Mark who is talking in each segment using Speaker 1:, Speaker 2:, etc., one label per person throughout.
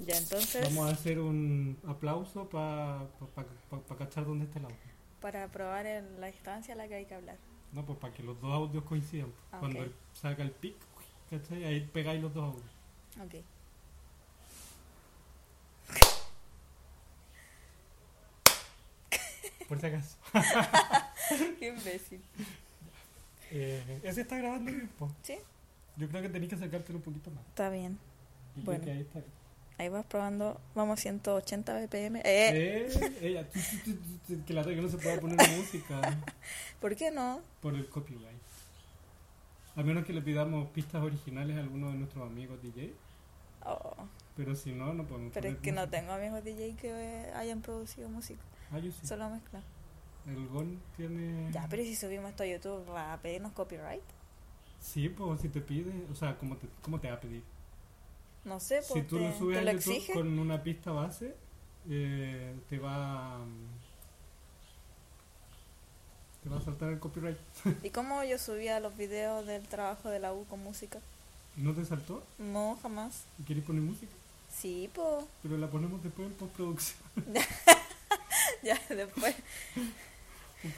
Speaker 1: Ya, entonces,
Speaker 2: Vamos a hacer un aplauso para pa, pa- pa cachar dónde está el audio.
Speaker 1: para probar en la distancia a la que hay que hablar.
Speaker 2: No, pues para que los dos audios coincidan. pues.
Speaker 1: Ah,
Speaker 2: Cuando
Speaker 1: ok.
Speaker 2: él saca el pic, uy, ¿cachai? Ahí pegáis los dos audios.
Speaker 1: Ok.
Speaker 2: Por si acaso.
Speaker 1: Qué imbécil.
Speaker 2: Eh, ese está grabando bien, po.
Speaker 1: Sí.
Speaker 2: Yo creo que tenéis que acercártelo un poquito más.
Speaker 1: Está bien.
Speaker 2: Y creo
Speaker 1: Bueno. Eh.
Speaker 2: que ahí está.
Speaker 1: Ahí vas probando. Vamos 180 BPM. Eh,
Speaker 2: Eh, ella, tu, tu, tu, tu, tu, que la que no se pueda poner música ¿eh?
Speaker 1: ¿Por qué no?
Speaker 2: por el copyright. A menos que le pidamos pistas originales a alguno de nuestros amigos DJ.
Speaker 1: Oh,
Speaker 2: Pero si no, no podemos
Speaker 1: pero es
Speaker 2: poner
Speaker 1: que no
Speaker 2: música.
Speaker 1: tengo amigos DJ que eh, hayan producido música.
Speaker 2: Ah, yo sí.
Speaker 1: Solo mezcla.
Speaker 2: El Gon tiene...
Speaker 1: Ya, pero si subimos esto a YouTube, ¿va a pedirnos copyright?
Speaker 2: Sí, pues si te pide, o sea, ¿cómo te, cómo te va a pedir?
Speaker 1: No sé,
Speaker 2: Si
Speaker 1: pues
Speaker 2: tú
Speaker 1: te,
Speaker 2: lo subes
Speaker 1: te
Speaker 2: a
Speaker 1: lo
Speaker 2: YouTube
Speaker 1: exige.
Speaker 2: con una pista base, eh, te va mm, te va a saltar el copyright.
Speaker 1: ¿Y cómo yo subía los videos del trabajo de la U con música?
Speaker 2: ¿No te saltó?
Speaker 1: No, jamás.
Speaker 2: ¿Y ¿Quieres poner música?
Speaker 1: Sí, pues.
Speaker 2: Pero la ponemos después en postproducción.
Speaker 1: Ya después.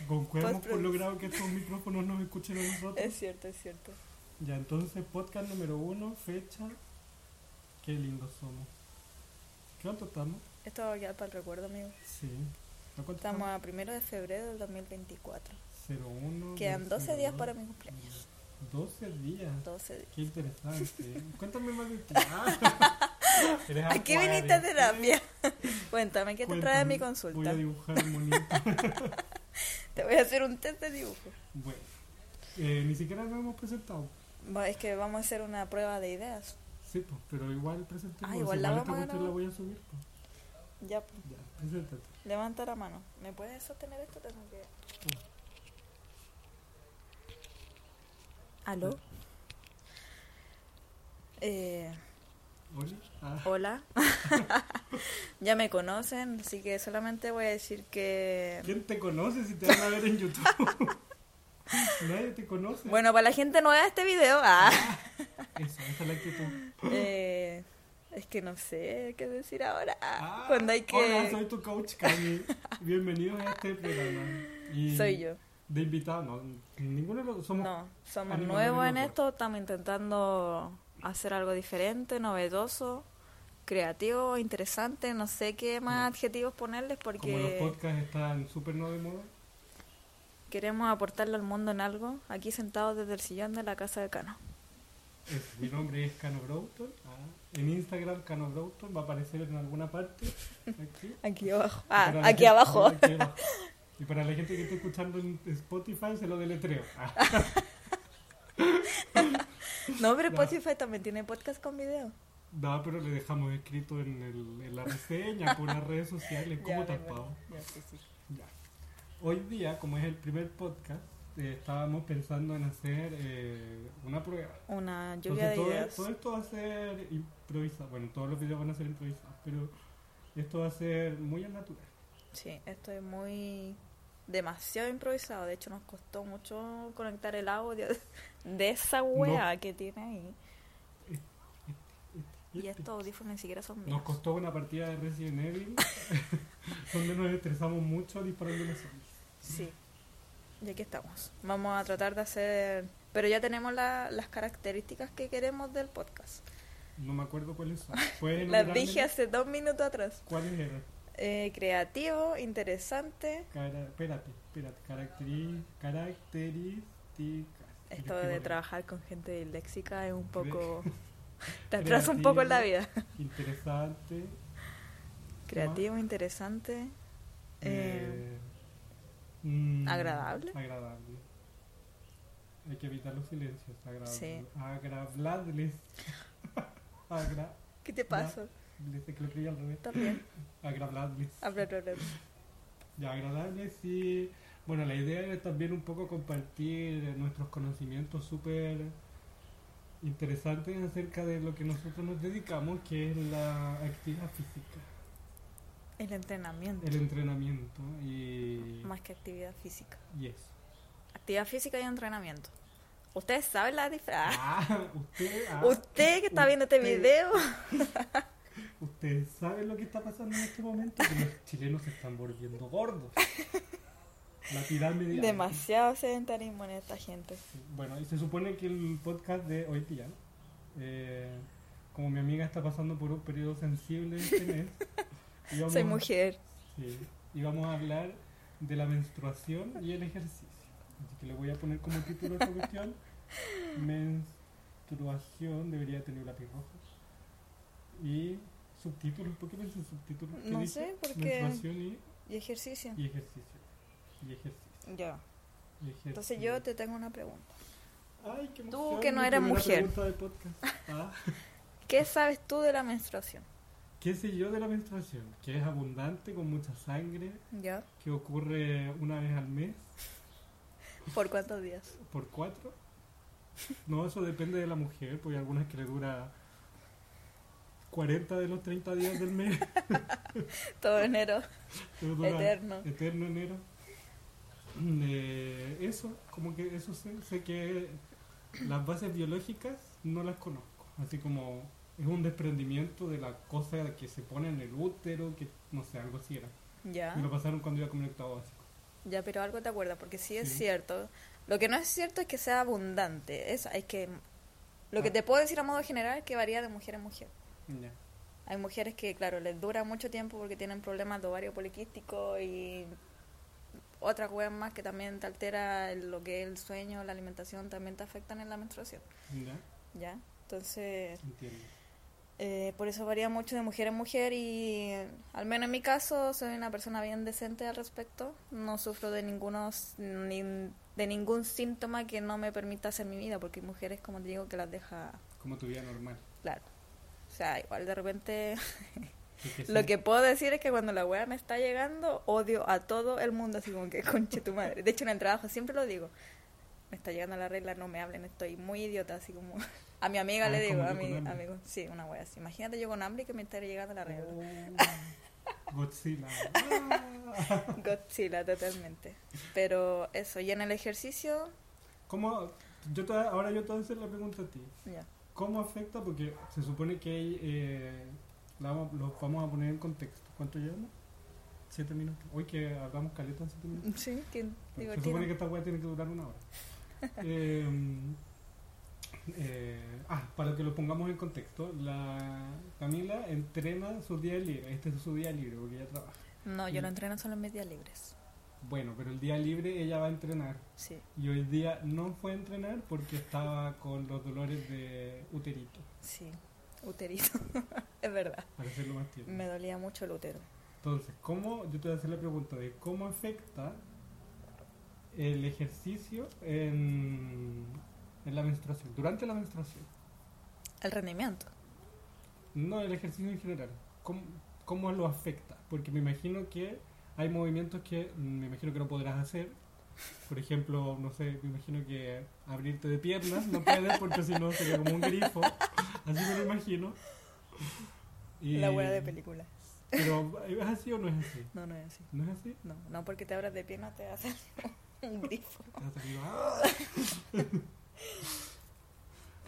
Speaker 2: Concuerdamos por
Speaker 1: Postproducción.
Speaker 2: logrado que estos micrófonos nos escuchen a nosotros.
Speaker 1: Es cierto, es cierto.
Speaker 2: Ya, entonces, podcast número uno, fecha. Qué lindos somos. ¿Cuánto estamos?
Speaker 1: Esto va a quedar para el recuerdo, amigo.
Speaker 2: Sí. ¿A cuánto
Speaker 1: Estamos a primero de febrero del 2024.
Speaker 2: 01.
Speaker 1: Quedan 12 días para mi
Speaker 2: 02.
Speaker 1: cumpleaños.
Speaker 2: 12 días.
Speaker 1: 12 días.
Speaker 2: Qué interesante. Cuéntame más de ti. Ah,
Speaker 1: ¿A qué viniste a terapia? Cuéntame, ¿qué te trae a mi
Speaker 2: Voy a
Speaker 1: consulta?
Speaker 2: dibujar un monito.
Speaker 1: Te voy a hacer un test de dibujo.
Speaker 2: bueno, eh, ni siquiera nos hemos presentado.
Speaker 1: Va, Es que vamos a hacer una prueba de ideas.
Speaker 2: Sí, pues, pero igual presenté.
Speaker 1: Ah, igual la
Speaker 2: esta
Speaker 1: vamos a
Speaker 2: cuestión la
Speaker 1: grabar.
Speaker 2: voy a subir. pues.
Speaker 1: Ya, pues,
Speaker 2: Ya, preséntate.
Speaker 1: levanta la mano. ¿Me puedes sostener esto? Tengo que... ¿Aló? Eh,
Speaker 2: Hola. Ah,
Speaker 1: hola. ya me conocen, así que solamente voy a decir que...
Speaker 2: ¿Quién te conoce si te van a ver en YouTube? Nadie te conoce.
Speaker 1: Bueno, para la gente nueva de este video, ah,
Speaker 2: Eso, esa es la actitud.
Speaker 1: eh, es que no sé qué decir ahora.
Speaker 2: Ah,
Speaker 1: cuando hay
Speaker 2: Hola,
Speaker 1: que.
Speaker 2: soy tu coach, Cami. Bienvenidos a este programa. Y
Speaker 1: Soy yo.
Speaker 2: De invitado, no. Ninguno de los somos.
Speaker 1: No, somos
Speaker 2: Ánimo,
Speaker 1: nuevos en
Speaker 2: ánimo,
Speaker 1: esto, estamos intentando hacer algo diferente, novedoso, creativo, interesante. No sé qué más adjetivos ponerles
Speaker 2: Mm. Como los
Speaker 1: porque
Speaker 2: podcasts están súper no de moda.
Speaker 1: queremos aportarle al mundo en algo. Aquí sentados desde el sillón de la casa de Cano.
Speaker 2: Es- mi nombre es Cano Broughton. Ah, en Instagram, Cano Broughton va a aparecer en alguna parte. Aquí.
Speaker 1: Aquí abajo.
Speaker 2: Y para
Speaker 1: Ah,
Speaker 2: la
Speaker 1: aquí
Speaker 2: gente-
Speaker 1: abajo.
Speaker 2: aquí abajo. Y para la gente que esté escuchando en Spotify, se lo deletreo. Ah,
Speaker 1: No, pero
Speaker 2: Ya.
Speaker 1: Spotify también tiene podcast con video.
Speaker 2: no, pero le dejamos escrito en, el- en la reseña, por las redes sociales, como tapado. Ya. Hoy día, como es el primer podcast, eh, estábamos pensando en hacer eh, una prueba.
Speaker 1: Una lluvia
Speaker 2: Entonces
Speaker 1: de
Speaker 2: todo,
Speaker 1: ideas.
Speaker 2: todo esto va a ser improvisado. Bueno, todos los videos van a ser improvisados, pero esto va a ser muy al natural.
Speaker 1: Sí, esto es muy demasiado improvisado. De hecho, nos costó mucho conectar el audio de esa wea que tiene ahí. Y estos audífonos ni siquiera son míos.
Speaker 2: Este. Nos costó una partida de Resident Evil donde nos estresamos mucho disparando los zombies.
Speaker 1: Sí. Y aquí estamos. Vamos a tratar de hacer... Pero ya tenemos la- las características que queremos del podcast.
Speaker 2: No me acuerdo cuáles son. ¿Puedes
Speaker 1: Las
Speaker 2: enumerarme
Speaker 1: dije hace dos minutos atrás.
Speaker 2: ¿Cuáles eran?
Speaker 1: Eh, creativo, interesante.
Speaker 2: Cara- espérate, espérate. Caracteri- características.
Speaker 1: Esto de
Speaker 2: Características.
Speaker 1: trabajar con gente disléxica es un
Speaker 2: eh. Cre-
Speaker 1: poco... Te atrasa un poco en la vida.
Speaker 2: Interesante.
Speaker 1: Creativo, interesante. Eh,
Speaker 2: Eh, mm,
Speaker 1: ¿agradable?
Speaker 2: Agradable. Hay que evitar los silencios. Agradable.
Speaker 1: Sí.
Speaker 2: Agradables. Agradables.
Speaker 1: ¿Qué te pasó?
Speaker 2: Es que lo escribí al revés.
Speaker 1: También.
Speaker 2: Agradables.
Speaker 1: Ah, bla, bla, bla.
Speaker 2: Ya, agradables y... Bueno, la idea era también un poco compartir eh, nuestros conocimientos súper interesantes acerca de lo que nosotros nos dedicamos, que es la actividad física,
Speaker 1: El entrenamiento,
Speaker 2: el entrenamiento y,
Speaker 1: más que actividad física.
Speaker 2: y eso.
Speaker 1: Actividad física y entrenamiento. Ustedes saben la diferencia.
Speaker 2: Ah, usted, ah,
Speaker 1: usted que está viendo este
Speaker 2: usted-
Speaker 1: video,
Speaker 2: usted, ustedes saben lo que está pasando en este momento, que los chilenos se están volviendo gordos. La pirámide.
Speaker 1: Demasiado sedentarismo en esta gente.
Speaker 2: Bueno, y se supone que el podcast de hoy día, eh, como mi amiga está pasando por un periodo sensible este mes, íbamos
Speaker 1: Soy
Speaker 2: a-
Speaker 1: mujer.
Speaker 2: sí, íbamos a hablar de la menstruación y el ejercicio. Así que le voy a poner como título a esta cuestión: Menstruación debería tener un lápiz rojo. Y subtítulos, ¿por qué pensé en subtítulos? ¿Qué
Speaker 1: No
Speaker 2: dije?
Speaker 1: sé, porque-
Speaker 2: Menstruación y,
Speaker 1: Y ejercicio.
Speaker 2: y ejercicio. Y ejercicio.
Speaker 1: Ya.
Speaker 2: y ejercicio.
Speaker 1: Entonces yo te tengo una pregunta.
Speaker 2: Ay, qué
Speaker 1: Tú
Speaker 2: emoción,
Speaker 1: que no
Speaker 2: mi
Speaker 1: eres
Speaker 2: primera
Speaker 1: mujer.
Speaker 2: pregunta de podcast. Ah.
Speaker 1: ¿Qué sabes tú de la menstruación?
Speaker 2: ¿Qué sé yo de la menstruación? Que es abundante, con mucha sangre,
Speaker 1: ¿Ya?
Speaker 2: que ocurre una vez al mes,
Speaker 1: ¿Por cuántos días?
Speaker 2: por cuatro. No, eso depende de la mujer, porque hay algunas que le dura 40 de los 30 días del mes.
Speaker 1: Todo enero,
Speaker 2: le dura
Speaker 1: eterno.
Speaker 2: eterno enero. Eh, eso, como que eso sé, sé que las bases biológicas no las conozco. Así como es un desprendimiento de la cosa que se pone en el útero, que no sé, algo así era.
Speaker 1: ¿Ya?
Speaker 2: Me lo pasaron cuando iba como en octavo básico.
Speaker 1: Ya, pero algo te acuerdas, porque sí es
Speaker 2: Sí.
Speaker 1: cierto. Lo que no es cierto es que sea abundante. Es, es que lo que
Speaker 2: Ah.
Speaker 1: te puedo decir a modo general es que varía de mujer en mujer.
Speaker 2: Ya.
Speaker 1: Hay mujeres que, claro, les dura mucho tiempo porque tienen problemas de ovario poliquístico y otras cosas más que también te altera el- lo que es el sueño, la alimentación, también te afectan en la menstruación,
Speaker 2: Ya,
Speaker 1: ¿ya? Entonces,
Speaker 2: entiendo.
Speaker 1: eh, por eso varía mucho de mujer en mujer y eh, al menos en mi caso soy una persona bien decente al respecto. No sufro de ningunos nin- de ningún síntoma que no me permita hacer mi vida, porque hay mujeres, como te digo, que las deja
Speaker 2: Como tu vida normal.
Speaker 1: claro. O sea, igual de repente
Speaker 2: Y
Speaker 1: lo
Speaker 2: sí,
Speaker 1: que puedo decir es que cuando la wea me está llegando, odio a todo el mundo, así como que conche tu madre. De hecho, en el trabajo siempre lo digo. Me está llegando la regla, no me hablen, estoy muy idiota, así como... A mi amiga
Speaker 2: Ah,
Speaker 1: le
Speaker 2: como
Speaker 1: digo,
Speaker 2: yo
Speaker 1: a
Speaker 2: con
Speaker 1: mi
Speaker 2: hambre.
Speaker 1: amigo, sí, una wea así. Imagínate yo con hambre y que me está llegando la regla.
Speaker 2: Oh, Godzilla. Ah.
Speaker 1: Godzilla, totalmente. Pero eso, y en el ejercicio,
Speaker 2: ¿Cómo? Yo te- ahora yo te voy a hacer la pregunta a ti.
Speaker 1: ya.
Speaker 2: ¿Cómo afecta? Porque se supone que hay, eh, la vamos- los vamos a poner en contexto. ¿Cuánto llevamos? Siete minutos. Hoy que hablamos caleta en siete minutos.
Speaker 1: Sí, qué
Speaker 2: Bueno, se supone que
Speaker 1: divertido.
Speaker 2: esta weá tiene que durar una hora. Eh, eh, ah, para que lo pongamos en contexto, la Camila entrena sus días libres. Este es su día libre porque ella trabaja.
Speaker 1: No,
Speaker 2: Mm.
Speaker 1: yo lo entreno solo en mis días libres.
Speaker 2: Bueno, pero el día libre ella va a entrenar.
Speaker 1: Sí,
Speaker 2: Y hoy día no fue a entrenar porque estaba con los dolores de uterito,
Speaker 1: sí. Uterito. es verdad.
Speaker 2: para hacerlo más tiempo.
Speaker 1: Me dolía mucho el útero.
Speaker 2: Entonces, ¿cómo, yo te voy a hacer la pregunta de cómo afecta el ejercicio en, en la menstruación, durante la menstruación?
Speaker 1: El rendimiento.
Speaker 2: No, el ejercicio en general. ¿Cómo, cómo lo afecta? Porque me imagino que hay movimientos que mm, me imagino que no podrás hacer. Por ejemplo, no sé, me imagino que abrirte de piernas no puedes porque si no sería como un grifo. Así me lo imagino. Y-
Speaker 1: La hueá de película.
Speaker 2: Pero ¿es así o no es así?
Speaker 1: No, no es así.
Speaker 2: ¿No es así?
Speaker 1: No, no porque te abras de pierna te hace un grifo.
Speaker 2: Te has salido, ¡ah!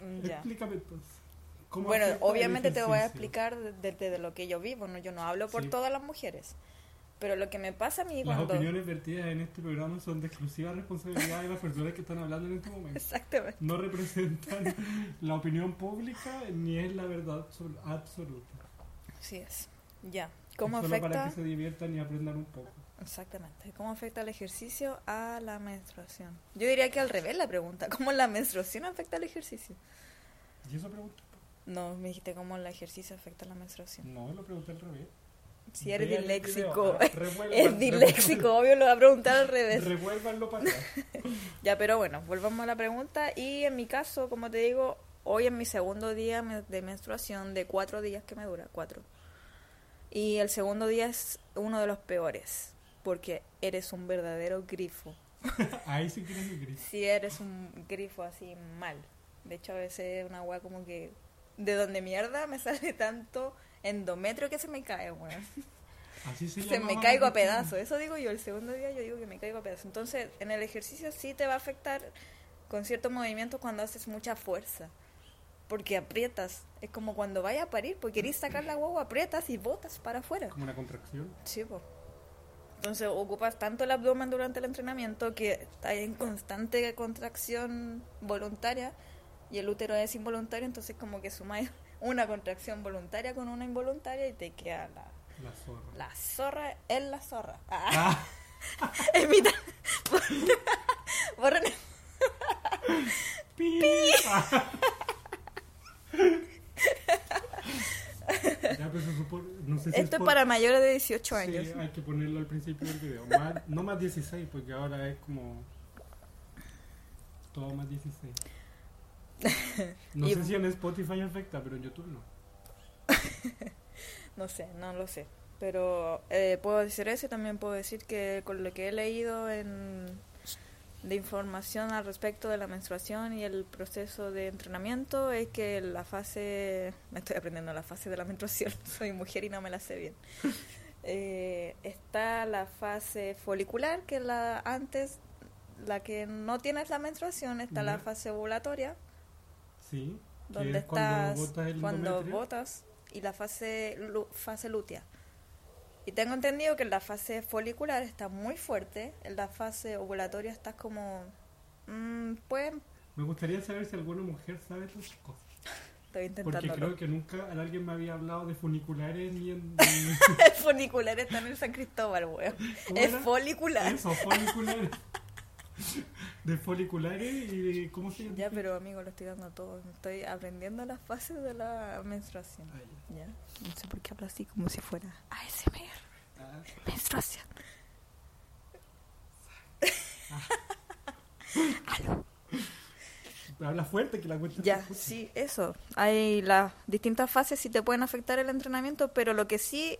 Speaker 1: Mm, Ya.
Speaker 2: Explícame entonces. ¿Cómo
Speaker 1: Bueno,
Speaker 2: afecta el
Speaker 1: obviamente te voy a
Speaker 2: ejercicio?
Speaker 1: explicar desde de lo que yo vivo, ¿no? Yo no hablo por
Speaker 2: Sí.
Speaker 1: todas las mujeres. Pero lo que me pasa a mí
Speaker 2: Las
Speaker 1: cuando...
Speaker 2: opiniones vertidas en este programa son de exclusiva responsabilidad de las personas que están hablando en este momento.
Speaker 1: Exactamente.
Speaker 2: no representan la opinión pública ni es la verdad absol- absoluta.
Speaker 1: Así es. Ya. ¿Cómo
Speaker 2: Es solo para
Speaker 1: afecta?
Speaker 2: que se diviertan y aprendan un poco.
Speaker 1: Exactamente. ¿Cómo afecta el ejercicio a la menstruación? Yo diría que al revés la pregunta. ¿Cómo la menstruación afecta al ejercicio?
Speaker 2: ¿Y eso pregunta?
Speaker 1: No, me dijiste cómo el ejercicio afecta a la menstruación.
Speaker 2: No, lo pregunté al revés.
Speaker 1: Si eres
Speaker 2: Vean el
Speaker 1: disléxico.
Speaker 2: video, ah, revuelvan,
Speaker 1: Es disléxico, obvio lo va a preguntar al
Speaker 2: revuelvan-
Speaker 1: revés.
Speaker 2: Revuélvanlo para acá.
Speaker 1: Ya, pero bueno, volvamos a la pregunta. Y en mi caso, como te digo, hoy es mi segundo día me- de menstruación, de cuatro días que me dura, cuatro. Y el segundo día es uno de los peores, porque eres un verdadero grifo.
Speaker 2: Ahí sí quieren mi gris.
Speaker 1: Si eres un grifo así mal. De hecho, a veces es una weá como que de donde mierda me sale tanto endometrio que se me cae, weón.
Speaker 2: Así se
Speaker 1: Se
Speaker 2: llama
Speaker 1: me
Speaker 2: ahora
Speaker 1: caigo a
Speaker 2: mismo.
Speaker 1: pedazos, eso digo yo, el segundo día yo digo que me caigo a pedazos. Entonces, en el ejercicio sí te va a afectar con ciertos movimientos cuando haces mucha fuerza. porque aprietas. Es como cuando vayas a parir, porque querés sacar la guagua, aprietas y botas para afuera.
Speaker 2: Como una contracción.
Speaker 1: Sí, po. Entonces ocupas tanto el abdomen durante el entrenamiento que estás en constante contracción voluntaria y el útero es involuntario, entonces como que sumáis una contracción voluntaria con una involuntaria y te queda la,
Speaker 2: La zorra.
Speaker 1: la zorra en la zorra. Ah,
Speaker 2: Ah,
Speaker 1: Evita. Borren-
Speaker 2: pi. ya, pues se supone. No sé si
Speaker 1: Esto es
Speaker 2: por-
Speaker 1: para mayores de 18
Speaker 2: Sí,
Speaker 1: años.
Speaker 2: hay que ponerlo al principio del video. Más- no más 16, porque ahora es como. Todo más 16. No
Speaker 1: Y-
Speaker 2: sé si en Spotify afecta, pero en YouTube no.
Speaker 1: No sé, no lo sé. Pero eh, puedo decir eso y también puedo decir que con lo que he leído en, de información al respecto de la menstruación y el proceso de entrenamiento es que la fase, me estoy aprendiendo la fase de la menstruación, soy mujer y no me la sé bien. Eh, está la fase folicular, que es la antes, la que no tienes la menstruación, está la
Speaker 2: Ya.
Speaker 1: fase ovulatoria,
Speaker 2: Sí. que
Speaker 1: donde
Speaker 2: es cuando
Speaker 1: estás
Speaker 2: botas el
Speaker 1: cuando
Speaker 2: endometrio.
Speaker 1: botas y la fase lu- fase lútea. Y tengo entendido que en la fase folicular está muy fuerte, en la fase ovulatoria estás como mm, pues
Speaker 2: Me gustaría saber si alguna mujer sabe estas cosas.
Speaker 1: estoy
Speaker 2: Porque creo
Speaker 1: intentándolo.
Speaker 2: que nunca alguien me había hablado de funiculares ni en.
Speaker 1: El folicular está en el San Cristóbal, weón.
Speaker 2: ¿Cómo
Speaker 1: Es
Speaker 2: era?
Speaker 1: folicular.
Speaker 2: Eso, foliculares. De foliculares y de. ¿Cómo se llama?
Speaker 1: Ya, pero amigo, lo estoy dando todo. Estoy aprendiendo las fases de la menstruación.
Speaker 2: Ah, ya.
Speaker 1: Ya. No sé por qué hablo así como si fuera ASMR,
Speaker 2: Ah,
Speaker 1: menstruación. Aló.
Speaker 2: Ah, habla fuerte que la cuenta.
Speaker 1: Ya, sí, eso. Hay las distintas fases y te pueden afectar el entrenamiento, pero lo que sí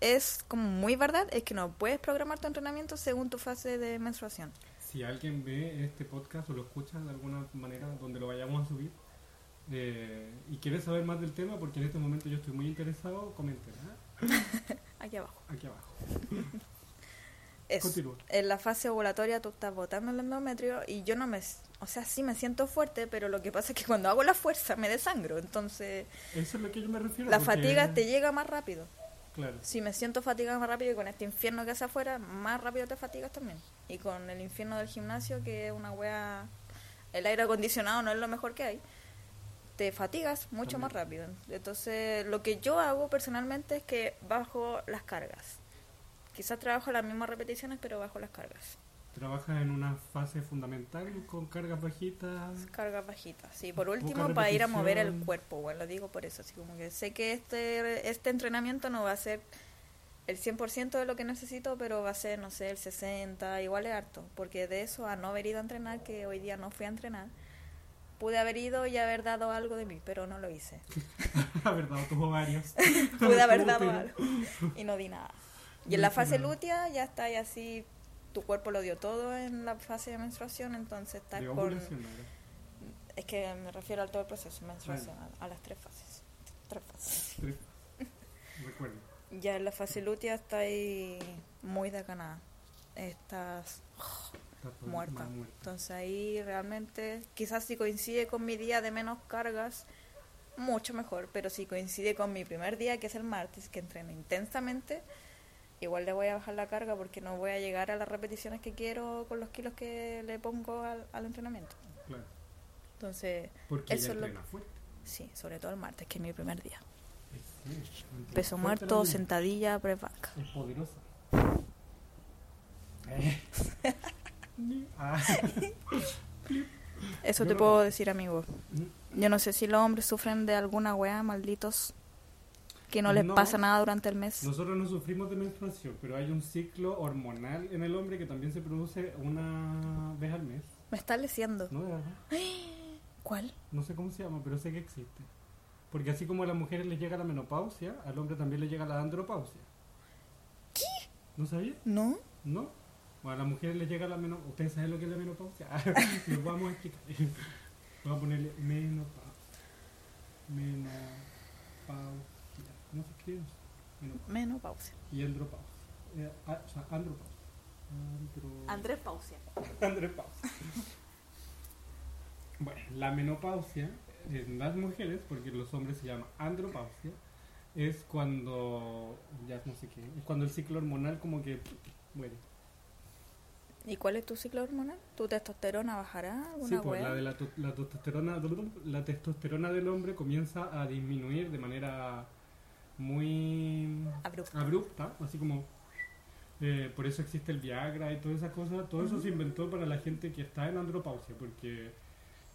Speaker 1: es como muy verdad es que no puedes programar tu entrenamiento según tu fase de menstruación.
Speaker 2: Si alguien ve este podcast o lo escucha de alguna manera donde lo vayamos a subir eh, y quiere saber más del tema, porque en este momento yo estoy muy interesado, comenten ¿ah?
Speaker 1: Aquí abajo.
Speaker 2: aquí abajo.
Speaker 1: Eso.
Speaker 2: Continúa.
Speaker 1: En la fase ovulatoria tú estás botando el endometrio y yo no me... O sea, sí me siento fuerte, pero lo que pasa es que cuando hago la fuerza me desangro, entonces
Speaker 2: Eso es lo que yo me refiero.
Speaker 1: la
Speaker 2: porque-
Speaker 1: fatiga te llega más rápido.
Speaker 2: Claro.
Speaker 1: Si me siento fatigada más rápido y con este infierno que hace afuera, más rápido te fatigas también. Y con el infierno del gimnasio, que es una wea. El aire acondicionado no es lo mejor que hay. Te fatigas mucho
Speaker 2: También.
Speaker 1: más rápido. Entonces, lo que yo hago personalmente es que bajo las cargas. Quizás trabajo las mismas repeticiones, pero bajo las cargas.
Speaker 2: Trabajas en una fase fundamental con cargas bajitas.
Speaker 1: Cargas bajitas. Y por
Speaker 2: Poca
Speaker 1: último, para ir a mover el
Speaker 2: repetición.
Speaker 1: cuerpo. Bueno, lo digo por eso. Así como que sé que este, este entrenamiento no va a ser el 100% de lo que necesito, pero va a ser, no sé, el 60, igual es harto. Porque de eso a no haber ido a entrenar, que hoy día no fui a entrenar, pude haber ido y haber dado algo de mí, pero no lo hice.
Speaker 2: haber dado tus ovarios.
Speaker 1: Pude haber
Speaker 2: Tu
Speaker 1: dado
Speaker 2: útero.
Speaker 1: algo y no di nada. Y en la
Speaker 2: No hice
Speaker 1: fase
Speaker 2: nada.
Speaker 1: lútea ya está, y así tu cuerpo lo dio todo en la fase de menstruación, entonces estás
Speaker 2: De
Speaker 1: con...
Speaker 2: ovulación, ¿verdad?
Speaker 1: Es que me refiero al todo el proceso menstruación, a, a las tres fases. Tres fases.
Speaker 2: Tres. Recuerdo.
Speaker 1: Ya en la fase lútea está ahí muy desganada. Estás
Speaker 2: Está todo
Speaker 1: muerta.
Speaker 2: mal muerto.
Speaker 1: Entonces ahí realmente, quizás si coincide con mi día de menos cargas, mucho mejor. Pero si coincide con mi primer día, que es el martes, que entreno intensamente, igual le voy a bajar la carga porque no voy a llegar a las repeticiones que quiero con los kilos que le pongo al, al entrenamiento.
Speaker 2: Claro.
Speaker 1: Entonces,
Speaker 2: Porque
Speaker 1: Eso
Speaker 2: ella
Speaker 1: es lo-
Speaker 2: entrena fuerte.
Speaker 1: sí, sobre todo el martes, que es mi primer día.
Speaker 2: Sí, entrena fuerte
Speaker 1: Peso
Speaker 2: la
Speaker 1: muerto,
Speaker 2: mina.
Speaker 1: sentadilla, press banca.
Speaker 2: Es poderosa. Eh. Ah,
Speaker 1: Eso
Speaker 2: Yo
Speaker 1: te
Speaker 2: no-
Speaker 1: puedo decir, amigo. Yo no sé si los hombres sufren de alguna weá, malditos, que no les
Speaker 2: No.
Speaker 1: pasa nada durante el mes.
Speaker 2: Nosotros no sufrimos de menstruación, pero hay un ciclo hormonal en el hombre que también se produce una vez al mes.
Speaker 1: Me está lesiando.
Speaker 2: No, de verdad.
Speaker 1: ¿Cuál?
Speaker 2: No sé cómo se llama, pero sé que existe. Porque así como a las mujeres les llega la menopausia, al hombre también le llega la andropausia. ¿No sabía?
Speaker 1: ¿No?
Speaker 2: ¿No? Bueno, a las mujeres les llega la menopausia. ¿Ustedes saben lo que es la menopausia? Lo vamos a explicar. Vamos a ponerle menopausia. Menopausia. ¿Cómo se escribe eso? Menopausia.
Speaker 1: Menos pausa.
Speaker 2: Y andropausia. Eh, a- o sea, andropausia. Andro-
Speaker 1: Andrés pausa.
Speaker 2: Andrés Pausa. Bueno, la menopausia en las mujeres, porque los hombres se llama andropausia, es cuando, ya no sé qué, es cuando el ciclo hormonal como que muere.
Speaker 1: ¿Y cuál es tu ciclo hormonal? ¿Tu testosterona bajará?
Speaker 2: Sí,
Speaker 1: ¿Alguna
Speaker 2: pues
Speaker 1: hueá?
Speaker 2: la, de la, to- la testosterona, la testosterona del hombre comienza a disminuir de manera muy
Speaker 1: Abrupta.
Speaker 2: abrupta, así como eh, por eso existe el Viagra y todas esas cosas, todo eso se inventó para la gente que está en andropausia, porque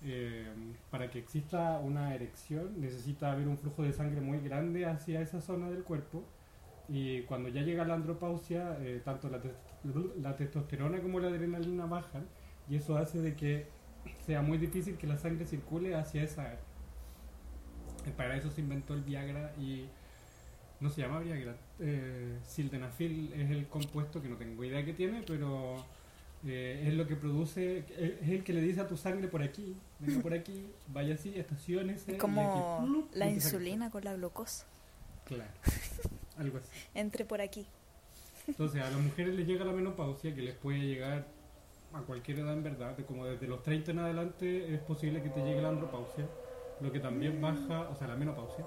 Speaker 2: eh, para que exista una erección necesita haber un flujo de sangre muy grande hacia esa zona del cuerpo y cuando ya llega la andropausia, eh, tanto la, tes- la testosterona como la adrenalina bajan y eso hace de que sea muy difícil que la sangre circule hacia esa área. Y Para eso se inventó el Viagra y no se llama Viagra. Eh, sildenafil es el compuesto que no tengo idea que tiene, pero eh, es lo que produce, es el que le dice a tu sangre por aquí, venga por aquí, vaya así, estaciones.
Speaker 1: Es como la insulina con la glucosa.
Speaker 2: Claro, algo así.
Speaker 1: Entre por aquí.
Speaker 2: Entonces, a las mujeres les llega la menopausia, que les puede llegar a cualquier edad en verdad, de como desde los 30 en adelante es posible que te llegue la andropausia, lo que también
Speaker 1: Mm.
Speaker 2: baja, o sea, la menopausia,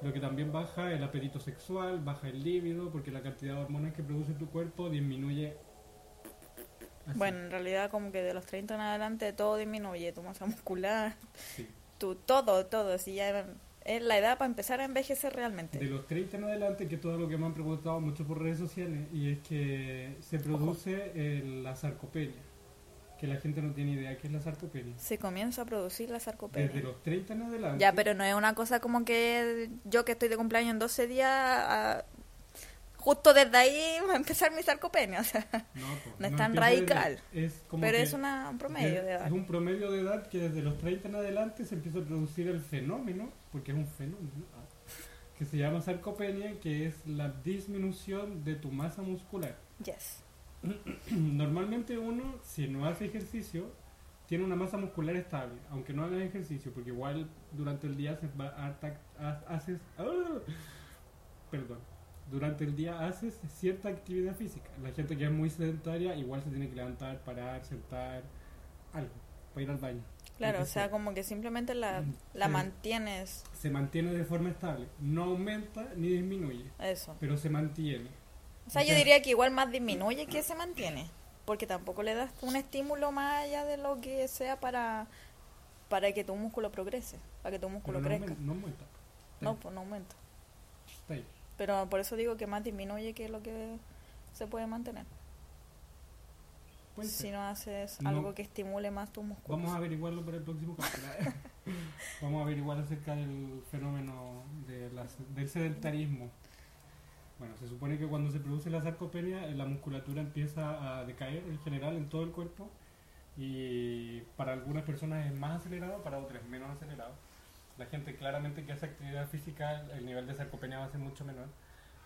Speaker 2: lo que también baja el apetito sexual, baja el líbido, porque la cantidad de hormonas que produce tu cuerpo disminuye. Así,
Speaker 1: Bueno, en realidad como que de los 30 en adelante todo disminuye, tu masa muscular,
Speaker 2: sí.
Speaker 1: tu todo, todo. Si ya es la edad para empezar a envejecer
Speaker 2: De
Speaker 1: realmente.
Speaker 2: los 30 en adelante, que es todo lo que me han preguntado mucho por redes sociales, y es que se produce eh, la sarcopenia, que la gente no tiene idea qué es la sarcopenia.
Speaker 1: Se comienza a producir la
Speaker 2: Desde
Speaker 1: sarcopenia.
Speaker 2: los 30 en adelante.
Speaker 1: Ya, pero no es una cosa como que yo que estoy de cumpleaños en 12 días, ah, justo desde ahí va a empezar mi sarcopenia. O sea,
Speaker 2: No, pues,
Speaker 1: No es tan
Speaker 2: empieza desde-
Speaker 1: radical.
Speaker 2: Es como
Speaker 1: pero
Speaker 2: que
Speaker 1: es una, un promedio de edad.
Speaker 2: Es un promedio de edad que desde los 30 en adelante se empieza a producir el fenómeno, porque es un fenómeno, ah, que se llama sarcopenia, que es la disminución de tu masa muscular.
Speaker 1: Yes.
Speaker 2: Normalmente uno, si no hace ejercicio, tiene una masa muscular estable, aunque no hagas ejercicio, porque igual durante el día haces, ba- harta- ha- haces- ¡Ah! perdón, durante el día haces cierta actividad física. La gente que es muy sedentaria igual se tiene que levantar, parar, sentar, algo, para ir al baño.
Speaker 1: Claro,
Speaker 2: Lo
Speaker 1: o
Speaker 2: que
Speaker 1: sea, como que simplemente la,
Speaker 2: Mm,
Speaker 1: la
Speaker 2: sí.
Speaker 1: mantienes.
Speaker 2: Se mantiene de forma estable, no aumenta ni disminuye,
Speaker 1: Eso.
Speaker 2: pero se mantiene.
Speaker 1: O sea,
Speaker 2: O
Speaker 1: yo
Speaker 2: sea-
Speaker 1: diría que igual más disminuye que se mantiene, porque tampoco le das un estímulo más allá de lo que sea para, para que tu músculo progrese, para que tu
Speaker 2: Pero
Speaker 1: músculo
Speaker 2: no,
Speaker 1: crezca.
Speaker 2: aumen- no aumenta.
Speaker 1: No, pues no aumenta.
Speaker 2: Está ahí.
Speaker 1: Pero por eso digo que más disminuye que lo que se puede mantener,
Speaker 2: Puede ser.
Speaker 1: si no haces
Speaker 2: No.
Speaker 1: algo que estimule más tus músculos.
Speaker 2: Vamos a averiguarlo para el próximo capítulo. Vamos a averiguar acerca del fenómeno de la- del sedentarismo. Bueno, se supone que cuando se produce la sarcopenia, eh, la musculatura empieza a decaer en general en todo el cuerpo y para algunas personas es más acelerado, para otras es menos acelerado. La gente claramente que hace actividad física, el nivel de sarcopenia va a ser mucho menor.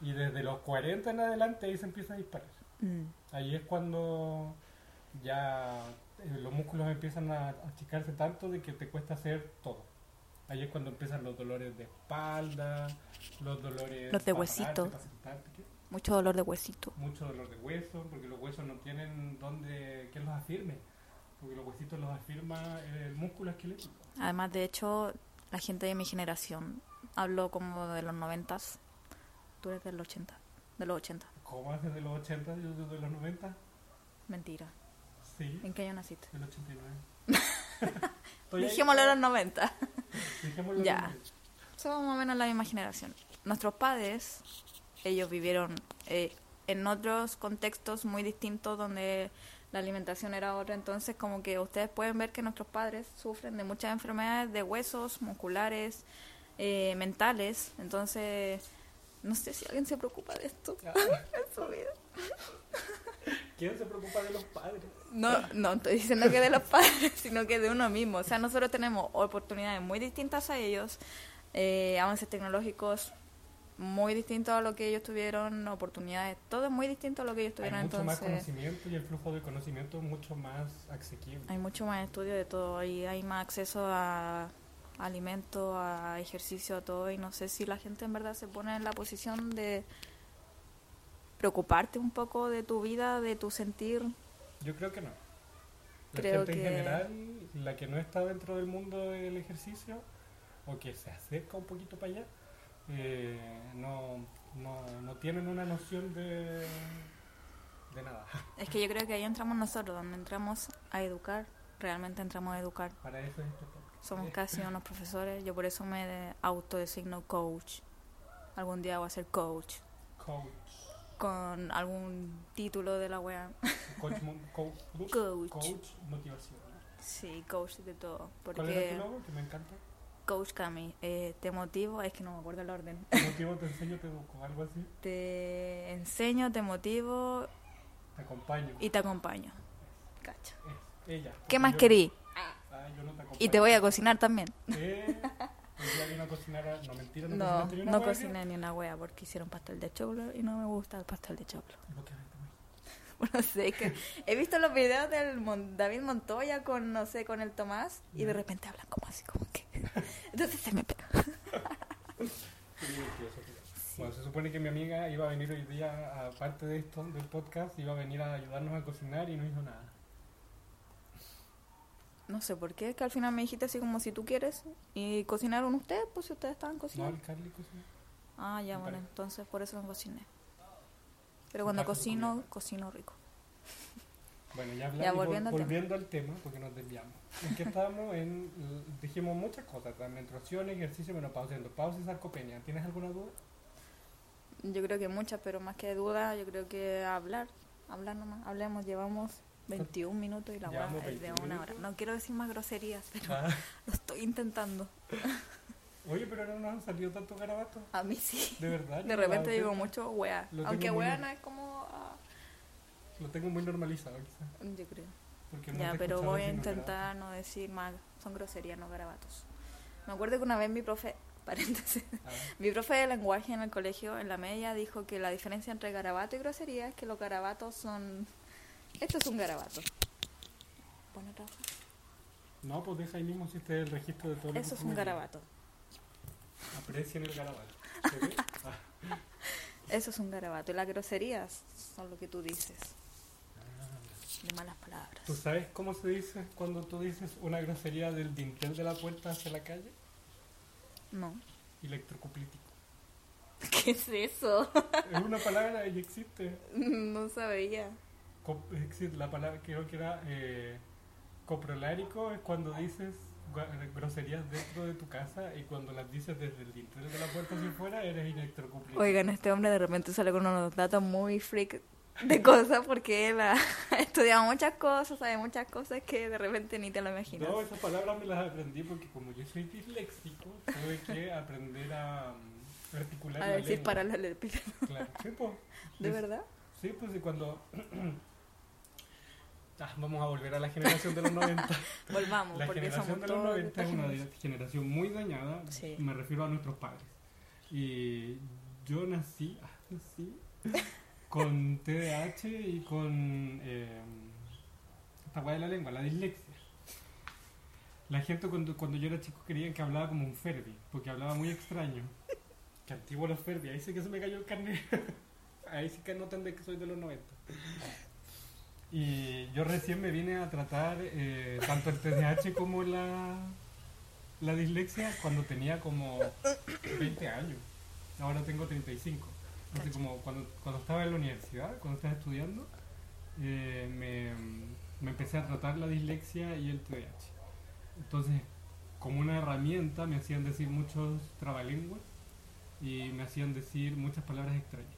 Speaker 2: Y desde los 40 en adelante ahí se empieza a disparar.
Speaker 1: Mm.
Speaker 2: Ahí es cuando ya eh, los músculos empiezan a achicarse tanto de que te cuesta hacer todo. Ahí es cuando empiezan los dolores de espalda, los dolores...
Speaker 1: Los de
Speaker 2: pa'
Speaker 1: huesito.
Speaker 2: pararte, pa' sentarte, ¿qué?
Speaker 1: Mucho dolor de huesito.
Speaker 2: Mucho dolor de hueso, porque los huesos no tienen donde que los afirme. Porque los huesitos los afirma el músculo esquelético.
Speaker 1: Además, de hecho, la gente de mi generación, hablo como de los noventas, tú eres del 80, de los 80,
Speaker 2: ¿Cómo haces de los 80 y yo desde los 90?
Speaker 1: mentira.
Speaker 2: Sí,
Speaker 1: ¿En qué año naciste?
Speaker 2: del 89. Estoy ahí.
Speaker 1: Dijémoslo a los 90.
Speaker 2: Dejémoslo en
Speaker 1: Ya.
Speaker 2: los 90.
Speaker 1: Somos más o menos la misma generación. Nuestros padres, ellos vivieron eh, en otros contextos muy distintos donde la alimentación era otra. Entonces, como que ustedes pueden ver que nuestros padres sufren de muchas enfermedades de huesos, musculares, eh, mentales. Entonces, no sé si alguien se preocupa de esto
Speaker 2: Ya.
Speaker 1: en su vida.
Speaker 2: Ah, ¿Quién se preocupa de los padres?
Speaker 1: No, no estoy diciendo que de los padres, sino que de uno mismo. O sea, nosotros tenemos oportunidades muy distintas a ellos, eh, avances tecnológicos muy distintos a lo que ellos tuvieron, oportunidades, todo es muy distinto a lo que ellos
Speaker 2: Hay
Speaker 1: tuvieron.
Speaker 2: mucho más
Speaker 1: entonces,
Speaker 2: conocimiento y el flujo de conocimiento es mucho más asequible.
Speaker 1: hay mucho más estudio de todo y hay más acceso a alimentos, a ejercicio, a todo. Y no sé si la gente en verdad se pone en la posición de preocuparte un poco de tu vida, de tu sentir.
Speaker 2: Yo creo que no. La
Speaker 1: Creo
Speaker 2: gente en
Speaker 1: que-
Speaker 2: general, la que no está dentro del mundo del ejercicio, o que se acerca un poquito para allá, eh, no, no, no tienen una noción de, de nada.
Speaker 1: Es que yo creo que ahí entramos nosotros, donde entramos a educar, realmente entramos a educar.
Speaker 2: Para eso es este podcast.
Speaker 1: Somos casi unos profesores, yo por eso me de- autodesigno coach. Algún día voy a ser coach,
Speaker 2: Coach.
Speaker 1: con algún título de la wea.
Speaker 2: Coach, mo- coach,
Speaker 1: Coach.
Speaker 2: coach motivacional.
Speaker 1: Sí, coach de todo.
Speaker 2: ¿Cuál era
Speaker 1: Porque
Speaker 2: tu logo? Que me encanta.
Speaker 1: coach Cami, eh, te motivo, es que no me acuerdo el orden.
Speaker 2: Motivo, te enseño, te educo, algo así.
Speaker 1: Te enseño, te motivo
Speaker 2: Te acompaño.
Speaker 1: y te acompaño. Cacha.
Speaker 2: Es ella.
Speaker 1: ¿Qué
Speaker 2: Porque
Speaker 1: más
Speaker 2: yo-
Speaker 1: querí?
Speaker 2: Ah, yo no te acompaño.
Speaker 1: Y te voy a cocinar también.
Speaker 2: Eh, el día vino a cocinar a- No, mentira, no,
Speaker 1: No,
Speaker 2: cocinaste ni una
Speaker 1: no
Speaker 2: hueá,
Speaker 1: cociné ni una wea porque hicieron pastel de choclo y no me gusta el pastel de choclo.
Speaker 2: creo. Lo que vete, güey.
Speaker 1: No sé, que he visto los videos del Mon- David Montoya con, no sé, con el Tomás y de
Speaker 2: Ya.
Speaker 1: repente hablan como así, como que... Entonces se me pega.
Speaker 2: Qué divertido, Sofía. Bueno, se supone que mi amiga iba a venir hoy día, aparte de esto, del podcast, iba a venir a ayudarnos a cocinar y no hizo nada.
Speaker 1: No sé por qué, que al final me dijiste así como si tú quieres y cocinaron ustedes, pues si ustedes estaban
Speaker 2: ¿No
Speaker 1: cocinando.
Speaker 2: el Carly cocinó?
Speaker 1: Ah, ya, bueno,
Speaker 2: Vale.
Speaker 1: entonces por eso no cociné. Pero
Speaker 2: Un
Speaker 1: cuando
Speaker 2: taco de
Speaker 1: cocino,
Speaker 2: comida.
Speaker 1: cocino rico.
Speaker 2: Bueno, ya,
Speaker 1: Ya,
Speaker 2: hablamos,
Speaker 1: volviendo al tema.
Speaker 2: volviendo al tema, porque nos desviamos. En que estábamos en, l- dijimos muchas cosas, la menstruación, ejercicio, menopausia, endopausia y sarcopenia. ¿Tienes alguna duda?
Speaker 1: Yo creo que muchas, pero más que duda, yo creo que hablar, hablar nomás, hablemos, llevamos 21 minutos y la hora
Speaker 2: Llevamos
Speaker 1: es de
Speaker 2: 21
Speaker 1: una hora. No quiero decir más groserías, pero
Speaker 2: Ah,
Speaker 1: lo estoy intentando.
Speaker 2: Oye, pero no nos han salido tantos garabatos.
Speaker 1: A mí sí.
Speaker 2: De verdad.
Speaker 1: De repente digo mucho wea.
Speaker 2: Lo
Speaker 1: Aunque
Speaker 2: tengo muy
Speaker 1: wea
Speaker 2: bien.
Speaker 1: no es como... ah,
Speaker 2: Lo tengo muy normalizado, quizás.
Speaker 1: yo creo.
Speaker 2: porque no
Speaker 1: Ya,
Speaker 2: te he
Speaker 1: pero
Speaker 2: escuchado
Speaker 1: voy a
Speaker 2: decir un
Speaker 1: intentar no decir más. Son groserías, no garabatos. Me acuerdo que una vez mi profe, paréntesis,
Speaker 2: garabato. Ah,
Speaker 1: mi profe de lenguaje en el colegio, en la media, dijo que la diferencia entre garabato y grosería es que los garabatos son... Esto es un garabato. Pon otra hoja.
Speaker 2: No, pues deja ahí mismo si este es el registro de todo lo que
Speaker 1: Eso es
Speaker 2: tú me
Speaker 1: un
Speaker 2: digas.
Speaker 1: garabato.
Speaker 2: Aprecien el garabato. ¿Se ve? Ah.
Speaker 1: Eso es un garabato. Y las groserías son lo que tú dices. De malas palabras.
Speaker 2: ¿Tú sabes cómo se dice cuando tú dices una grosería del dintel de la puerta hacia la calle?
Speaker 1: No.
Speaker 2: Electrocuplítico.
Speaker 1: ¿Qué es eso?
Speaker 2: es una palabra y existe.
Speaker 1: no sabía.
Speaker 2: Co- existe la palabra, creo que era eh, coprolárico, es cuando dices gua- groserías dentro de tu casa y cuando las dices desde el dintel de la puerta hacia afuera eres electrocuplítico.
Speaker 1: Oigan, este hombre de repente sale con unos datos muy freak de cosas porque él ha estudiado muchas cosas, sabe muchas cosas que de repente ni te lo imaginas.
Speaker 2: No, esas palabras me las aprendí porque como yo soy disléxico, tuve que aprender a mm, articular
Speaker 1: A
Speaker 2: la
Speaker 1: decir
Speaker 2: lengua.
Speaker 1: paralelepípedo.
Speaker 2: Claro, sí, pues.
Speaker 1: ¿De
Speaker 2: Sí,
Speaker 1: verdad?
Speaker 2: Sí, pues, y cuando... Ah, vamos a volver a la generación de los 90.
Speaker 1: Volvamos,
Speaker 2: la
Speaker 1: porque
Speaker 2: generación
Speaker 1: somos
Speaker 2: de los
Speaker 1: todos de
Speaker 2: 90
Speaker 1: esta
Speaker 2: es una
Speaker 1: generación.
Speaker 2: generación muy dañada,
Speaker 1: Sí.
Speaker 2: me refiero a nuestros padres. Y yo nací, ah, nací con TDAH y con eh, esta guay de la lengua, la dislexia. La gente cuando, cuando yo era chico creía que hablaba como un Ferbi, porque hablaba muy extraño. Que antiguo los Ferbi, ahí sí que se me cayó el carnet. Ahí sí que notan de que soy de los 90. Y yo recién me vine a tratar eh, tanto el TDAH como la, la dislexia cuando tenía como 20 años. Ahora tengo 35. Entonces, como cuando, cuando estaba en la universidad, cuando estaba estudiando, eh, me, me empecé a tratar la dislexia y el TDAH. Entonces, como una herramienta, me hacían decir muchos trabalenguas y me hacían decir muchas palabras extrañas.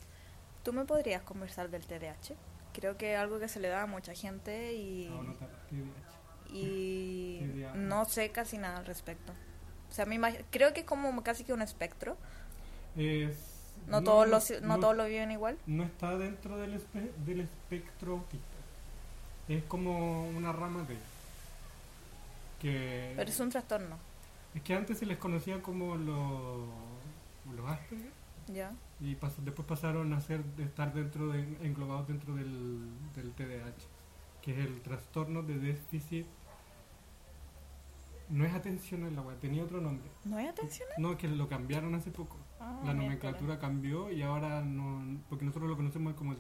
Speaker 1: ¿Tú me podrías conversar del TDAH? Creo que es algo que se le da a mucha gente y,
Speaker 2: No, no, TDAH.
Speaker 1: y
Speaker 2: TDAH.
Speaker 1: no sé casi nada al respecto. O sea, me imag- creo que es como casi que un espectro.
Speaker 2: Es-
Speaker 1: No, todos, los, no
Speaker 2: no-
Speaker 1: todos lo viven igual.
Speaker 2: no está dentro del, espe- del espectro autista. Es como una rama de... Que Eh.
Speaker 1: Pero es un trastorno,
Speaker 2: es que antes se les conocía como los, los Asperger
Speaker 1: ¿ya?
Speaker 2: y pas- después pasaron a ser de estar dentro de, englobados dentro del, del TDAH, que es el trastorno de déficit... No es atención la wea, tenía otro nombre.
Speaker 1: ¿No hay atención?
Speaker 2: No, que lo cambiaron hace poco.
Speaker 1: Ah,
Speaker 2: La
Speaker 1: miércoles.
Speaker 2: nomenclatura cambió y ahora no. Porque nosotros lo conocemos como el,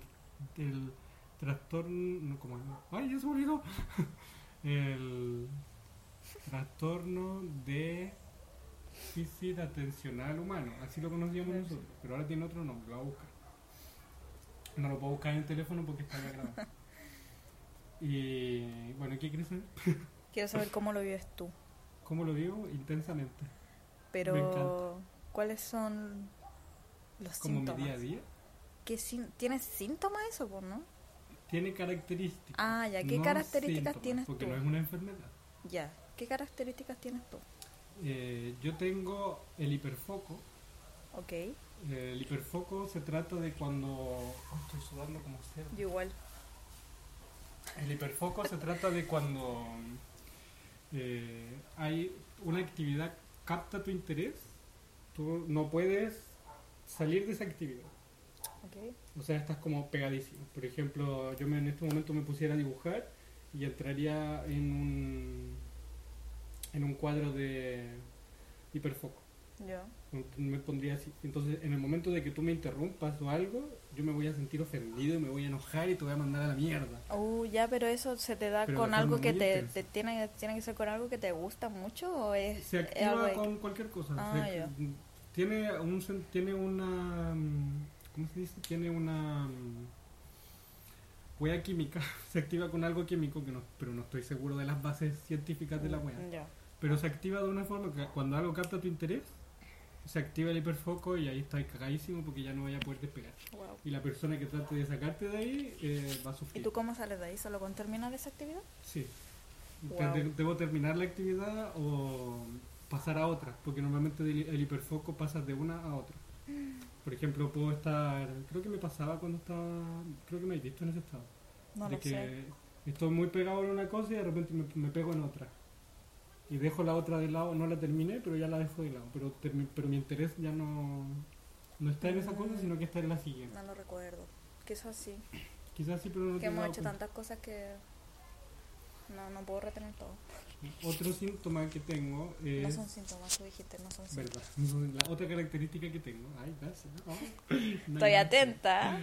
Speaker 2: el trastorno. Como, ¡Ay, ya se me olvidó! El trastorno de déficit atencional humano, así lo conocíamos nosotros, pero ahora tiene otro nombre, lo voy a buscar. No lo puedo buscar en el teléfono porque está ya grabado. y bueno, ¿qué quieres saber?
Speaker 1: Quiero saber cómo lo vives tú.
Speaker 2: ¿Cómo lo vivo? Intensamente. Me
Speaker 1: Pero,
Speaker 2: encanta.
Speaker 1: ¿cuáles son los
Speaker 2: Como mi
Speaker 1: síntomas?
Speaker 2: día a día.
Speaker 1: ¿Qué sin- ¿Tienes síntomas eso, pues, no?
Speaker 2: Tiene características.
Speaker 1: Ah, ya, ¿qué
Speaker 2: no
Speaker 1: características
Speaker 2: síntomas,
Speaker 1: tienes
Speaker 2: Porque
Speaker 1: tú?
Speaker 2: no es una enfermedad.
Speaker 1: Ya, ¿qué características tienes tú?
Speaker 2: Eh, yo tengo el hiperfoco.
Speaker 1: Ok,
Speaker 2: Eh, el hiperfoco se trata de cuando... Oh, estoy sudando como cerdo.
Speaker 1: yo igual.
Speaker 2: El hiperfoco se trata de cuando eh, hay una actividad capta tu interés, tú no puedes salir de esa actividad.
Speaker 1: Ok,
Speaker 2: O sea, estás como pegadísimo. Por ejemplo, yo me- en este momento me pusiera a dibujar y entraría en un, en un cuadro de hiperfoco.
Speaker 1: yo.
Speaker 2: Me pondría así. Entonces, en el momento de que tú me interrumpas o algo, yo me voy a sentir ofendido y me voy a enojar y te voy a mandar a la mierda.
Speaker 1: Uh, ya, pero eso se te da
Speaker 2: Pero pues.
Speaker 1: con
Speaker 2: de forma
Speaker 1: algo que
Speaker 2: muy
Speaker 1: te,
Speaker 2: intensa.
Speaker 1: te tiene, tiene que ser con algo que te gusta mucho o es,
Speaker 2: se
Speaker 1: es algo
Speaker 2: activa
Speaker 1: de-
Speaker 2: con cualquier cosa.
Speaker 1: Eh, Ah,
Speaker 2: Se-
Speaker 1: ya.
Speaker 2: Tiene un sen- tiene una mm, ¿cómo se dice? Tiene una mm, hueá química. Se activa con algo químico que no, pero no estoy seguro de las bases científicas de la hueá.
Speaker 1: Ya.
Speaker 2: Pero se activa de una forma que cuando algo capta tu interés, se activa el hiperfoco y ahí estás cagadísimo porque ya no vaya a poder despegar.
Speaker 1: Wow.
Speaker 2: Y la persona que trate de sacarte de ahí eh, va a
Speaker 1: ¿Y
Speaker 2: sufrir.
Speaker 1: tú cómo sales de ahí? ¿Solo con terminar esa actividad?
Speaker 2: Sí. Te-
Speaker 1: Guau.
Speaker 2: te- ¿Debo terminar la actividad o pasar a otra? Porque normalmente el, el hiperfoco pasa de una a otra. Por ejemplo, puedo estar... Creo que me pasaba cuando estaba... Creo que me he visto en ese estado.
Speaker 1: No
Speaker 2: de
Speaker 1: lo
Speaker 2: que
Speaker 1: sé.
Speaker 2: estoy muy pegado en una cosa y de repente me, me pego en otra. Y dejo la otra de lado. No la terminé, pero ya la dejo de lado. Pero, termi- pero mi interés ya no... No está en esa cosa,
Speaker 1: Mm.
Speaker 2: sino que está en la siguiente.
Speaker 1: No lo recuerdo. Que eso así.
Speaker 2: Quizás sí, pero no
Speaker 1: Que
Speaker 2: te he
Speaker 1: hemos
Speaker 2: dado
Speaker 1: hecho
Speaker 2: cuenta.
Speaker 1: tantas cosas que no, no puedo retener todo.
Speaker 2: Otro síntoma que tengo es...
Speaker 1: No son síntomas, tú dijiste, no son síntomas.
Speaker 2: Verdad. La otra característica que tengo. Ay, gracias. Oh.
Speaker 1: Estoy atenta.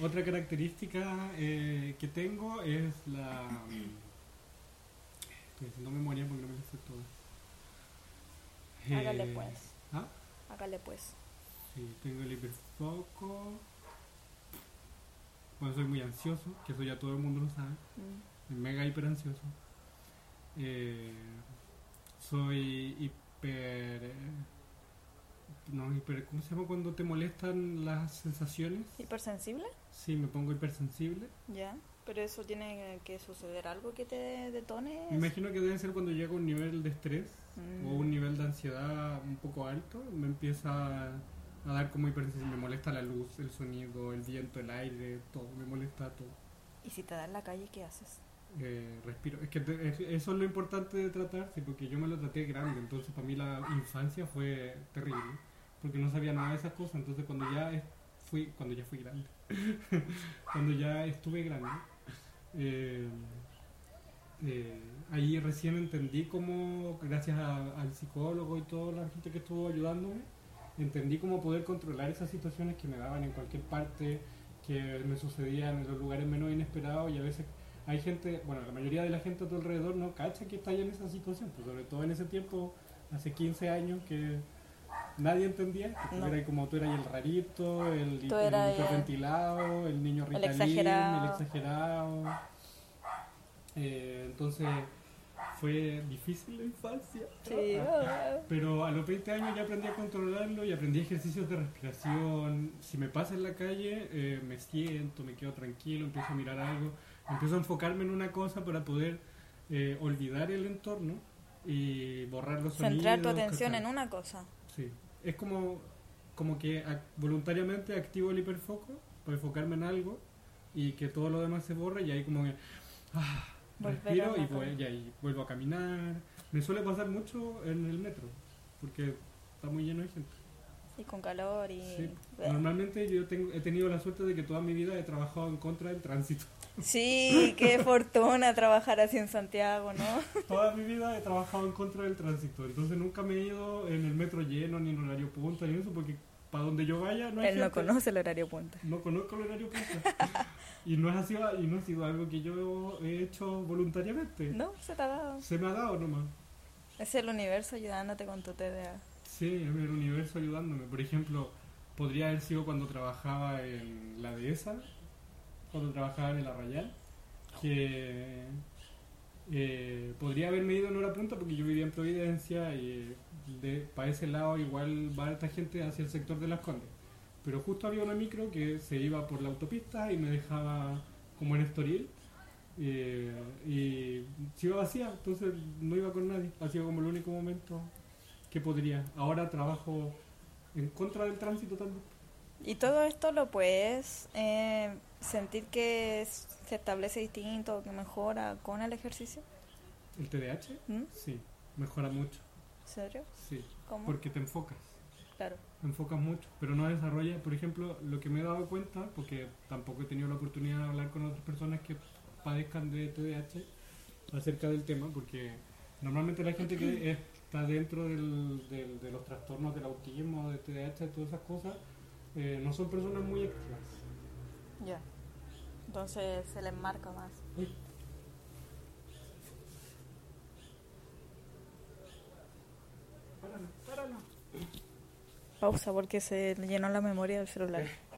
Speaker 2: Otra característica eh, que tengo es la. Estoy haciendo memoria porque no me lo sé todo. Eh,
Speaker 1: Hágale pues,
Speaker 2: Ah,
Speaker 1: hágale pues.
Speaker 2: sí, tengo el hiperfoco. Bueno, soy muy ansioso, que eso ya todo el mundo lo sabe.
Speaker 1: Mm.
Speaker 2: Mega hiper ansioso. Eh, soy hiper. eh, No, hiper. ¿Cómo se llama cuando te molestan las sensaciones?
Speaker 1: ¿Hipersensible?
Speaker 2: Sí, me pongo hipersensible.
Speaker 1: Ya. Pero eso tiene que suceder algo que te detone.
Speaker 2: Me imagino que debe ser cuando llego a un nivel de estrés
Speaker 1: Mm.
Speaker 2: o un nivel de ansiedad un poco alto. Me empieza a dar como hipersensible. Me molesta la luz, el sonido, el viento, el aire, todo. Me molesta todo.
Speaker 1: ¿Y si te da en la calle, qué haces?
Speaker 2: Eh, respiro. Es que te- es- eso es lo importante de tratarse, porque yo me lo traté grande, entonces para mí la infancia fue terrible, porque no sabía nada de esas cosas, entonces cuando ya es- fui, cuando ya fui grande, cuando ya estuve grande, eh, eh, ahí recién entendí cómo, gracias a- al psicólogo y toda la gente que estuvo ayudándome, entendí cómo poder controlar esas situaciones que me daban en cualquier parte, que me sucedían en los lugares menos inesperados y a veces hay gente, bueno, la mayoría de la gente a tu alrededor no cacha que está ya en esa situación, pues sobre todo en ese tiempo, hace 15 años que nadie entendía, que tú
Speaker 1: No.
Speaker 2: eras como tú eras el rarito, el,
Speaker 1: Tú eras
Speaker 2: el hiperventilado, el niño
Speaker 1: el
Speaker 2: ritalin,
Speaker 1: exagerado.
Speaker 2: el exagerado. Eh, entonces fue difícil la infancia. Ah,
Speaker 1: ah,
Speaker 2: Pero a los 20 años ya aprendí a controlarlo y aprendí ejercicios de respiración. Si me pasa en la calle, eh, me siento, me quedo tranquilo, empiezo a mirar algo, empiezo a enfocarme en una cosa para poder eh, olvidar el entorno y borrar los
Speaker 1: Centrar tu
Speaker 2: sonidos,
Speaker 1: atención
Speaker 2: ¿cachai?
Speaker 1: en una cosa.
Speaker 2: Sí, es como, como que ac- voluntariamente activo el hiperfoco para enfocarme en algo y que todo lo demás se borre y ahí como que ah,
Speaker 1: Volver a
Speaker 2: respiro
Speaker 1: la
Speaker 2: y, voy-
Speaker 1: cama.
Speaker 2: y ahí vuelvo a caminar. Me suele pasar mucho en el metro porque está muy lleno de gente.
Speaker 1: Y con calor y...
Speaker 2: Sí. Normalmente yo tengo, he tenido la suerte de que toda mi vida he trabajado en contra del tránsito.
Speaker 1: Sí, qué fortuna trabajar así en Santiago, ¿no?
Speaker 2: Toda mi vida he trabajado en contra del tránsito, entonces nunca me he ido en el metro lleno ni en horario punta ni eso porque para donde yo vaya no hay
Speaker 1: Él no
Speaker 2: gente.
Speaker 1: conoce el horario punta.
Speaker 2: No conozco el horario punta. y no ha sido y no ha sido algo que yo he hecho voluntariamente.
Speaker 1: No, se te ha dado.
Speaker 2: Se me ha dado nomás.
Speaker 1: Es el universo ayudándote con tu TDA.
Speaker 2: Sí, es el universo ayudándome. Por ejemplo, podría haber sido cuando trabajaba en la dehesa, cuando trabajaba en el Arrayal, que eh, podría haberme ido en hora punta porque yo vivía en Providencia y de, para ese lado igual va esta gente hacia el sector de Las Condes. Pero justo había una micro que se iba por la autopista y me dejaba como en Estoril eh, y se iba vacía, entonces no iba con nadie. Ha sido como el único momento que podría. Ahora trabajo en contra del tránsito también.
Speaker 1: Y todo esto lo puedes eh, sentir que es- se establece distinto, que mejora con el ejercicio.
Speaker 2: ¿El TDAH?
Speaker 1: ¿Mm?
Speaker 2: Sí, mejora mucho,
Speaker 1: ¿En serio?
Speaker 2: sí,
Speaker 1: ¿Cómo?
Speaker 2: porque te enfocas.
Speaker 1: Claro.
Speaker 2: Te enfocas mucho, pero no desarrollas, por ejemplo, lo que me he dado cuenta, porque tampoco he tenido la oportunidad de hablar con otras personas que padezcan de TDAH acerca del tema, porque normalmente la gente que está dentro del- del- de los trastornos del autismo, de TDAH, de todas esas cosas, eh, no son personas muy activas.
Speaker 1: Ya. Entonces se le enmarca más.
Speaker 2: Uy. Páralo, páralo.
Speaker 1: Pausa porque se le llenó la memoria del celular.